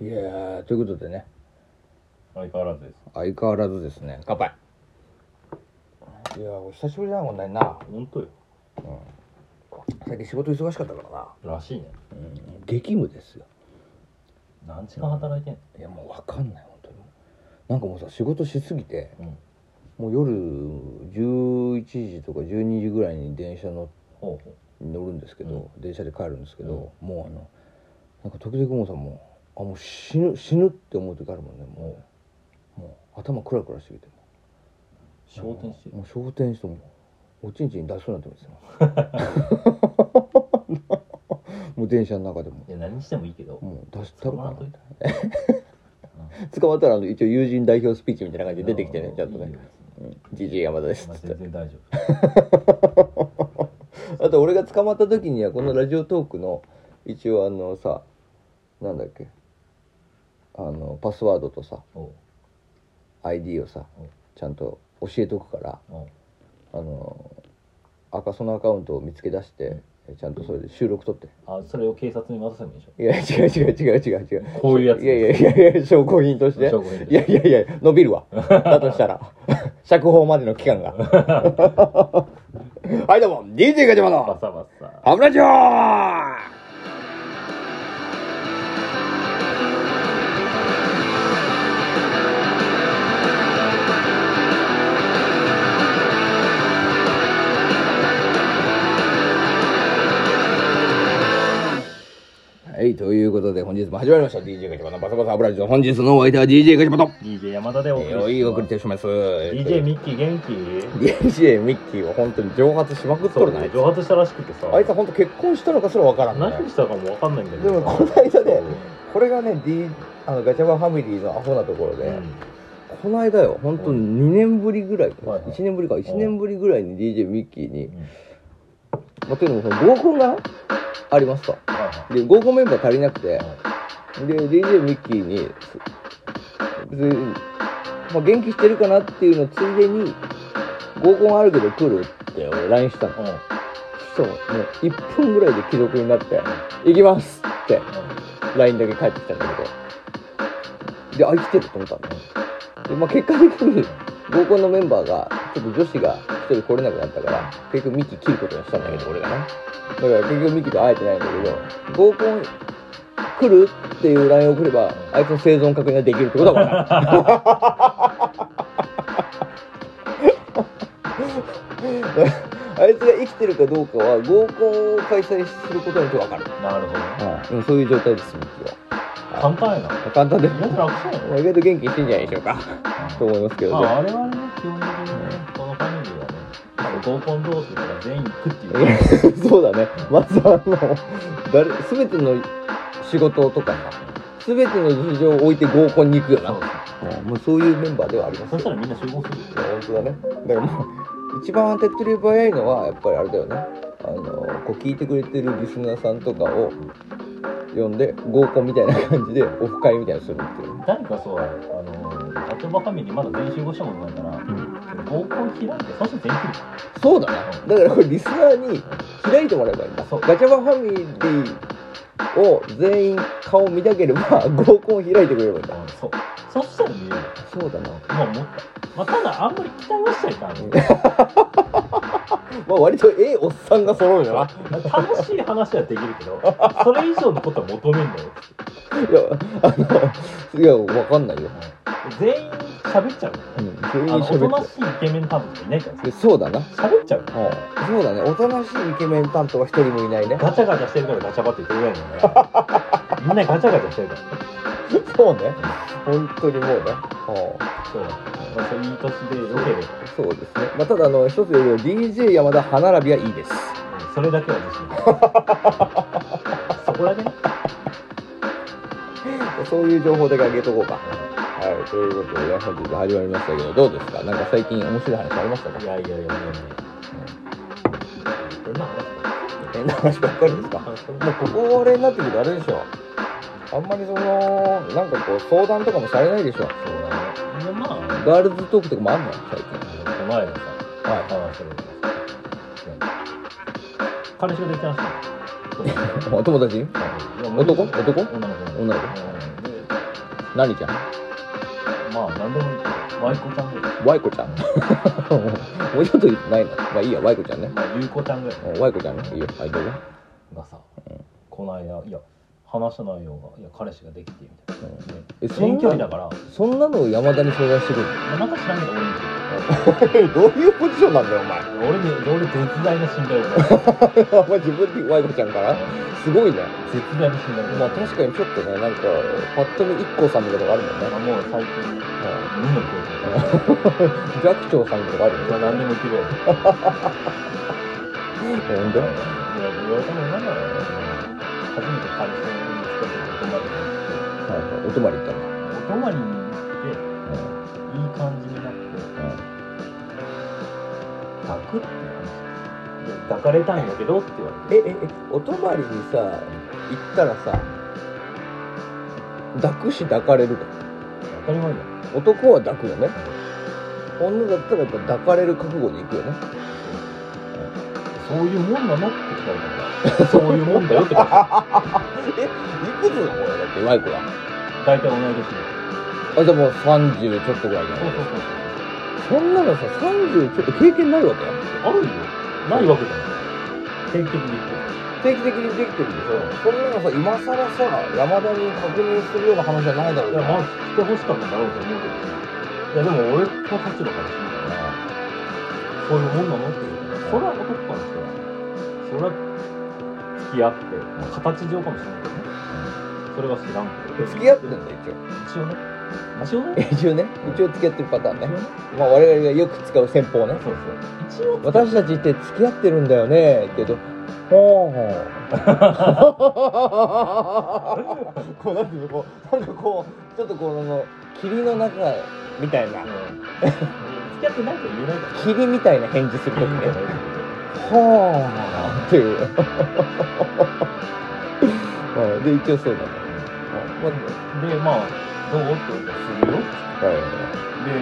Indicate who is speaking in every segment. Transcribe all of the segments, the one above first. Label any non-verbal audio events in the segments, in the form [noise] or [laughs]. Speaker 1: いやーということでね
Speaker 2: 相変わらずです
Speaker 1: 相変わらずですね乾杯いやーお久しぶりだなこんなにな
Speaker 2: 本当よ
Speaker 1: 最近仕事忙しかったからな、
Speaker 2: らしいね
Speaker 1: うん、激務ですよ
Speaker 2: 何時間働いてん
Speaker 1: いやもうわかんない本当になんかもうさ仕事しすぎて
Speaker 2: のうん
Speaker 1: もう夜11時とか12時ぐらいに電車乗
Speaker 2: ほうほ
Speaker 1: 乗るんですけど、電車で帰るんですけど、もうあのなんか時々もうさもうあもう死ぬ死ぬって思う時あるもんねもう,、もう頭クラクラしてきて
Speaker 2: う昇天してる
Speaker 1: もう昇天してもうおちんちん出しそうになってます [laughs] よもう電車の中でも
Speaker 2: いや何してもいいけど
Speaker 1: もう出したろ
Speaker 2: まら
Speaker 1: か
Speaker 2: んとい
Speaker 1: な
Speaker 2: た
Speaker 1: 捕まったらあの一応友人代表スピーチみたいな感じで出てきて
Speaker 2: う
Speaker 1: ね
Speaker 2: ん
Speaker 1: ちゃんと
Speaker 2: いい
Speaker 1: ね
Speaker 2: よ別
Speaker 1: 「じじい山田です」っ
Speaker 2: にま
Speaker 1: つ
Speaker 2: あ
Speaker 1: って
Speaker 2: 全然大丈
Speaker 1: あと俺が捕まった時にはこのラジオトークの一応あのさなんだっけあのパスワードとさ
Speaker 2: 夫おう
Speaker 1: ID をさ
Speaker 2: うん
Speaker 1: ちゃんと教えとくから
Speaker 2: おう
Speaker 1: あの赤そのアカウントを見つけ出してちゃんとそれで収録撮って
Speaker 2: あそれを警察に渡せばいいでし
Speaker 1: いや違う違う違う違う違う
Speaker 2: ょこういうやつ
Speaker 1: いやいやいやいや証拠品として
Speaker 2: 証拠品として
Speaker 1: いやいやいや伸びる
Speaker 2: [laughs]
Speaker 1: わだとしたら釈放までの期間がはいどうも DJ ガチャマの
Speaker 2: バサバサ
Speaker 1: 油じょーはい、ということで本日も始まりました。DJ ガチャバのバサバサ油じょー。本日のお相手は DJ ガチャバと、
Speaker 2: DJ 山田でお
Speaker 1: えー、お
Speaker 2: 送り
Speaker 1: い
Speaker 2: し
Speaker 1: お送り
Speaker 2: ま
Speaker 1: い
Speaker 2: す
Speaker 1: たします。
Speaker 2: DJ ミッキー元
Speaker 1: DJ ミッキーは本当に蒸発しまくっ
Speaker 2: 気
Speaker 1: と
Speaker 2: そう
Speaker 1: るな、あ
Speaker 2: ね
Speaker 1: いつ
Speaker 2: 蒸発したらしくてさ
Speaker 1: あいつは本当結婚したのかすらわからんね。
Speaker 2: 何したかもわかんないんだけ
Speaker 1: で
Speaker 2: ど
Speaker 1: も
Speaker 2: さ
Speaker 1: この間ね
Speaker 2: うん
Speaker 1: これがね、D、あのガチャバファミリーのアホなところで、この間よ本当に2年ぶりぐらい、
Speaker 2: はいはい
Speaker 1: 1年ぶりか1年ぶりぐらいに DJ ミッキーに
Speaker 2: うんうん
Speaker 1: 「まあ、というのもその合コンがありますと
Speaker 2: はいは
Speaker 1: で合コンメンバー足りなくて
Speaker 2: いはい
Speaker 1: で DJ ミッキーにす別に、まあ、元気してるかなっていうのをついでに「合コンあるけど来る?」って俺 LINE したの
Speaker 2: うんうん
Speaker 1: そしたらもう1分ぐらいで既読になって「行きます!」って。LINE だけ返ってきたんだけどであ生きてると思ったんだよで、まあ、結果的に合コンのメンバーがちょっと女子が一人来れなくなったから結局ミキ切ることにしたんだけど俺がねだから結局ミキと会えてないんだけど合コン来るっていう LINE を送ればあいつの生存確認ができるってことは分かるあいつが生きてるかどうかは合コンを開催することによって分かる
Speaker 2: なるほどね
Speaker 1: でもそういう状態です、ミキは。
Speaker 2: 簡単やな
Speaker 1: 簡単で、
Speaker 2: 意外と楽そうやな
Speaker 1: 意外と元気にしてんじゃないでしょうか。と思いますけ
Speaker 2: ま
Speaker 1: ど
Speaker 2: あ
Speaker 1: ね。
Speaker 2: 我々ね基本的にねこのファミリーはねあの合コンどうするから全員行くっていう
Speaker 1: [laughs] そうだね。まずあの、誰、すべての仕事とかさ、すべての事情を置いて合コンに行く [laughs] よな。
Speaker 2: そう
Speaker 1: うんもうそういうメンバーではあります
Speaker 2: そ
Speaker 1: よ。
Speaker 2: したらみんな集合する
Speaker 1: いや本当だね。だからもう、一番手っ取り早いのは、やっぱりあれだよね。あの、こう聞いてくれてるリスナーさんとかを呼んで、合コンみたいな感じで、オフ会みたいなのするっていう。
Speaker 2: 誰かそうあのガチョバファミリーまだ全員集合したことないから合コン開いてそして全員来る
Speaker 1: そうだな。だからこれリスナーに開いてもらえばいいんだ。
Speaker 2: そう
Speaker 1: ガチャバファミリーを全員顔見たければ [laughs] 合コン開いてくれればいいんだ。
Speaker 2: うんそうそしたら見える
Speaker 1: そうだな。ま
Speaker 2: まあ思った、まあ、ただあんまり期待はしちゃいかん
Speaker 1: うんあ割とええおっさんが揃うよな。
Speaker 2: 楽しい話はできるけどそれ以上のことは求めんだよ
Speaker 1: いや、あの、いや、わかんないよ。
Speaker 2: 全員喋っちゃうか
Speaker 1: う
Speaker 2: らね
Speaker 1: ん、全員
Speaker 2: あのおと
Speaker 1: 喋
Speaker 2: な
Speaker 1: って
Speaker 2: しいイケメン担当とかいないからさ
Speaker 1: でそうだな。うん
Speaker 2: 喋っちゃうから
Speaker 1: そうだね。おとなしいイケメン担当は一人もい
Speaker 2: [laughs]
Speaker 1: ないね。
Speaker 2: ガチャガチャしてるからガチャバって言ってるぐらいなんだよねみんなガチャガチャしてるから
Speaker 1: そうね。本当にもうね。うん
Speaker 2: そうだ、まあ、そういい年でよければ
Speaker 1: そうですね。まあ、ただ、あの、一つ言うと、DJ 山田歯並びはいいです。
Speaker 2: うんそれだけは自信そこだけね
Speaker 1: そういう情報だけあげとこうか。はい、ということで、本日始まりましたけど、どうですかなんか最近面白い話ありましたか
Speaker 2: いやいやいやいやいやこれな
Speaker 1: 変な話ばっかりですかもうここ俺になってくるとあれでしょ。あんまりその、なんかこう、相談とかもされないでしょ。
Speaker 2: そうだねでまあ
Speaker 1: ガールズトークとかもあんの最
Speaker 2: この前のさ
Speaker 1: 近。は
Speaker 2: 話してるからさ彼氏ができたんですよ
Speaker 1: い。お友達
Speaker 2: いや
Speaker 1: 男
Speaker 2: もう
Speaker 1: 男
Speaker 2: 女の子
Speaker 1: 女の
Speaker 2: うんで
Speaker 1: 何ちゃん
Speaker 2: まあ、なんでもいいけど、ワイコちゃんぐらい。
Speaker 1: ワイコちゃん [laughs] もうちょっと言ってないのまあいいやワイコちゃんね
Speaker 2: まあ、ゆうこちゃんぐらい
Speaker 1: うんワイコちゃんねいいよはいどうぞ
Speaker 2: がさ、この間、いや、話した内容が、いや、彼氏ができて、みたいな。ね
Speaker 1: えそん
Speaker 2: 遠距離
Speaker 1: な
Speaker 2: だから、
Speaker 1: そんなのを山田に相談してくる
Speaker 2: まあ、なんか知らんけど、俺に聞いて。
Speaker 1: の [laughs] どういうポジションなんだよお [laughs] 前
Speaker 2: 俺に、俺絶大な信頼 [laughs] を得た
Speaker 1: あんま自分でワイコちゃんからすごいね
Speaker 2: 絶大な信頼を得た
Speaker 1: まあ確かにちょっとねなんかパッと見 IKKO さんみたいなとこあるもんね
Speaker 2: まあ、もう最近、無の教育。
Speaker 1: 寂聴さんみたいなとこある
Speaker 2: ま
Speaker 1: よ
Speaker 2: あ、
Speaker 1: ね
Speaker 2: 何でもいけるよ。
Speaker 1: ほんで
Speaker 2: いや言われたもんなんだろうね初めて彼氏を見つけてお泊まり
Speaker 1: はいお泊まり行ったの
Speaker 2: に行ってお泊まりに行っていい感じになって
Speaker 1: うんうん
Speaker 2: 抱くって話で抱かれたいんだけどって言われて
Speaker 1: えええお泊まりにさ行ったらさ抱くし抱かれるか
Speaker 2: 当たり前だよ
Speaker 1: 男は抱くよね女だったらやっぱ抱かれる覚悟で行くよね
Speaker 2: そういうもんなのって聞かれたからそういうもんだよって感じ
Speaker 1: えいくつの俺だってワイコは
Speaker 2: 大体同い年で
Speaker 1: あじゃあもう30ちょっとぐらいじゃ
Speaker 2: そう
Speaker 1: な
Speaker 2: そう
Speaker 1: い
Speaker 2: そ
Speaker 1: [laughs] そんなのさ30ちょっと経験になるわけ
Speaker 2: うあるよないわけじゃない定期的に言って
Speaker 1: 定期的にできてるでしょそんなのさ今更さ山田に確認するような話じゃないだろ
Speaker 2: るいうやまあ
Speaker 1: な
Speaker 2: 来てほしかったんだろうと思うけどいやでも俺の立場からするからそういうもんなのっていうそれは男からしたらそれは付き合って、まあ形上かもしれないけどねそれは知らんけど
Speaker 1: 付き合ってんだ一応
Speaker 2: 一応ね一応ね
Speaker 1: 一応ね一応付き合ってるパターン
Speaker 2: 一応
Speaker 1: ね
Speaker 2: ね
Speaker 1: まあ我々がよく使う戦法ね
Speaker 2: そうそう一応
Speaker 1: 私たちって付き合ってるんだよねって言うと「ほうほう」 [laughs] こうなんていうのこうなんかこうちょっとこうあの霧の中みたいな
Speaker 2: うん付き合ってないと言えないから
Speaker 1: 霧みたいな返事するとき
Speaker 2: いいんじゃな
Speaker 1: ね
Speaker 2: い
Speaker 1: 「ほう」っていう [laughs] うんで一応そうだねうんま
Speaker 2: でまあどうって言うとするよ
Speaker 1: あはいはいは
Speaker 2: で、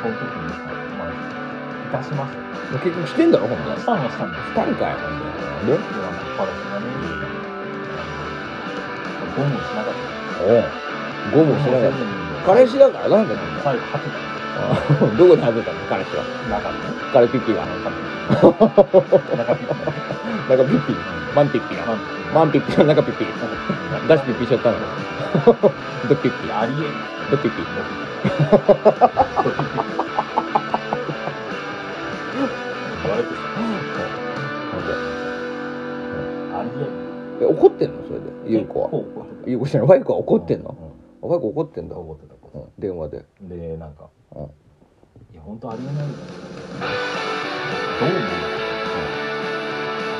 Speaker 2: その時にさ、まあ、いたしまし
Speaker 1: い結局来てんだろほんと
Speaker 2: た。したのはしたんです。
Speaker 1: したんかい
Speaker 2: で、
Speaker 1: で
Speaker 2: なんか、パラスがね、ゴムをしなかった。
Speaker 1: おうゴムしながら彼氏だからなんだよ
Speaker 2: 最後、吐けた。
Speaker 1: どこで外れたの彼氏は
Speaker 2: なかっ
Speaker 1: 彼ピッピが [laughs]
Speaker 2: た。
Speaker 1: なんか
Speaker 2: た。なか [laughs] った。
Speaker 1: ピッピマンピッピがマンピッピの中ピッピ出しピッピしちゃったのドピッピ
Speaker 2: ありえん。
Speaker 1: ドピッピ
Speaker 2: 言われてあり
Speaker 1: え怒ってんのそれで
Speaker 2: えん。
Speaker 1: 優子は
Speaker 2: 怒ってた。
Speaker 1: 優子じゃないワイコは怒ってんの
Speaker 2: う
Speaker 1: ワイコ怒ってん
Speaker 2: ん
Speaker 1: だ、
Speaker 2: 怒ってた。
Speaker 1: うん、電話で
Speaker 2: でなんか、
Speaker 1: うん
Speaker 2: いや本当ありえないよどう思う、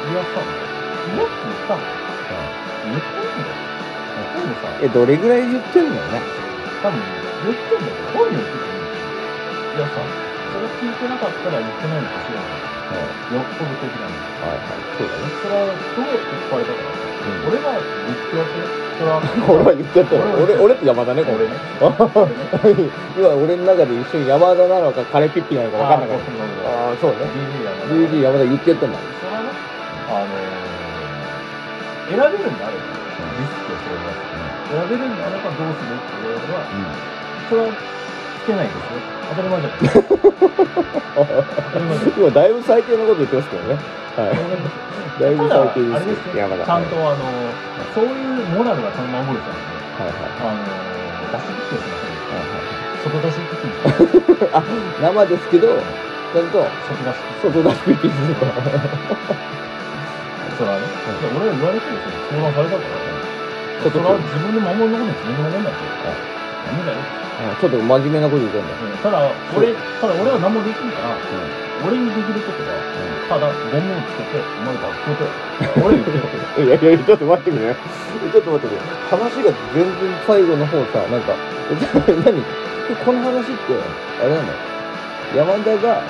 Speaker 2: いやさもっと言ったの言ってんのでもさ
Speaker 1: えどれぐらい言ってんのよね
Speaker 2: 多分言ってんだけど本人は言ってないいやさそれ聞いてなかったら言ってないのかしら
Speaker 1: うん
Speaker 2: よっぽど的なんだ
Speaker 1: はいはいそうだね
Speaker 2: それはどうやって聞かれたからさ、俺が言ってやってそれは
Speaker 1: 俺は言っちゃったよ [laughs] 俺俺って山田ねこれ
Speaker 2: 俺
Speaker 1: ね
Speaker 2: [laughs] ね
Speaker 1: [laughs]
Speaker 2: [laughs]
Speaker 1: 今俺の中で一瞬山田なのか彼ピッピなのか分かんなかった
Speaker 2: [laughs]
Speaker 1: ああ
Speaker 2: あ
Speaker 1: ーそう
Speaker 2: ー
Speaker 1: ね
Speaker 2: DG やな
Speaker 1: DG 山田言ってやったんだ
Speaker 2: それはね、あのー、選べるんであれば、リスクを背負います、選べるんであればどうするっていうのは、それはつけないですよ。当たり前じゃない。当たり前じゃない。
Speaker 1: [laughs] 今だいぶ最低なこと言ってますけどねは
Speaker 2: た
Speaker 1: いだいぶ
Speaker 2: だ、
Speaker 1: 最低
Speaker 2: あれ
Speaker 1: で
Speaker 2: です
Speaker 1: けど
Speaker 2: すね、
Speaker 1: 山田
Speaker 2: ちゃんとあのー、そういうモラルはちゃんと守る人な
Speaker 1: はい
Speaker 2: んで、
Speaker 1: は
Speaker 2: あのー、出し引きを
Speaker 1: いは
Speaker 2: しませんよ。外出し引きにし
Speaker 1: いは
Speaker 2: ま
Speaker 1: い生ですけどちゃんと
Speaker 2: す。外出し
Speaker 1: 外出しピッピ
Speaker 2: 引き。
Speaker 1: すると [laughs]
Speaker 2: それはね、いや俺は言われてるんですよ。相談されたからね。そ
Speaker 1: 外
Speaker 2: れは自分で守るのこと自分で守んないと。ダメだよ。
Speaker 1: ちょっと真面目なこと言ってんだ
Speaker 2: うんただ俺ただ俺は何もできんから俺にできることはただゴムをつけてお前学校で俺言ってる [laughs] け
Speaker 1: い
Speaker 2: ど
Speaker 1: やいやちょっと待ってくれ [laughs] ちょっと待ってくれ話が全然最後の方さなんか [laughs] 何この話ってあれなの山田が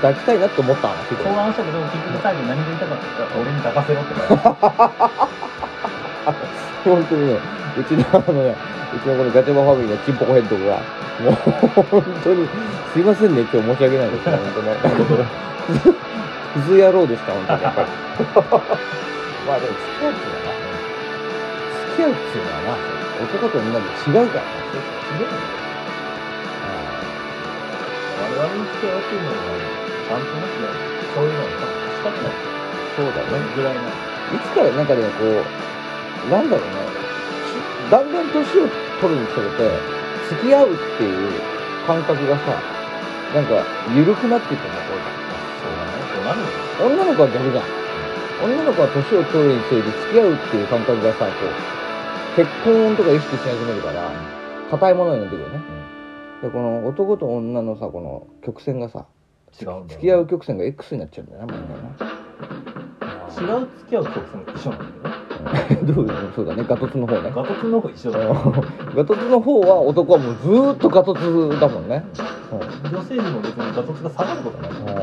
Speaker 1: 抱きたいなって思った話
Speaker 2: 相談したけど結局最後何が言いたかったか俺に抱か
Speaker 1: [laughs]
Speaker 2: せろって
Speaker 1: 本当にね、うちのあのね、うちのこのガチャバファミリーのチンポコヘッドが、もう本当に、すいませんね、今日申し訳ないですね、本当ね。クズ野郎でした、本当に、やっぱり。まあでも、付き合ってだな。付付き合うっていうのはな、男と女で違うからな。
Speaker 2: 違うの我々に付き合うっていうのは、ちゃんとなくね、そういうのを仕方ない。
Speaker 1: そうだね。
Speaker 2: ぐらいの。
Speaker 1: いつからなんかでもこう、なんだろうね、だんだん年を取るにつれて、付き合うっていう感覚がさ、なんか緩くなっていくんだ、こ
Speaker 2: そうだね。そうなるよ。
Speaker 1: う女の子は逆じゃん。女の子は年を取るにつれて付き合うっていう感覚がさ、こう、結婚とか意識し始めるから、硬いものになってくるよね。で、この男と女のさ、この曲線がさ、
Speaker 2: 違うんだよね
Speaker 1: 付き合う曲線が X になっちゃうんだよな、もうね。
Speaker 2: 違う付き合う曲線が一緒なんだけ
Speaker 1: [laughs] どうそうだね、ガトツの方ね。
Speaker 2: ど、ガトツの方が一緒だよ。
Speaker 1: ガトツの方は男はもうずーっとガトツだもんね。うん。
Speaker 2: 女性にも別にガトツが下がることはない。
Speaker 1: 付き合う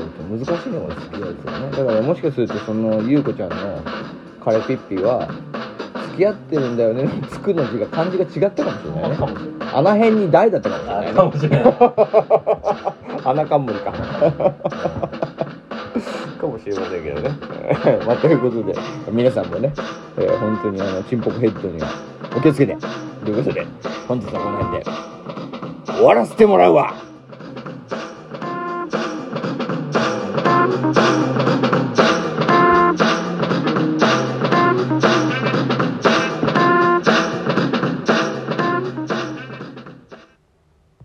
Speaker 1: って難しいね、これ付き合うってね。だからもしかするとその優子ちゃんの彼ピッピは付き合ってるんだよね。つくの字が漢字が違ったかもしれない
Speaker 2: ある
Speaker 1: ね
Speaker 2: か。もしれない。
Speaker 1: あの辺に台だったかもしれ
Speaker 2: あ
Speaker 1: ない
Speaker 2: る
Speaker 1: ね
Speaker 2: か。もしれない。
Speaker 1: 穴冠か。かもしれませんけどね。 [laughs] まあ、ということで、皆さんもね、えー本当にあの、チンポコヘッドにはお気をつけて。ということで、本日はこの辺で終わらせてもらうわ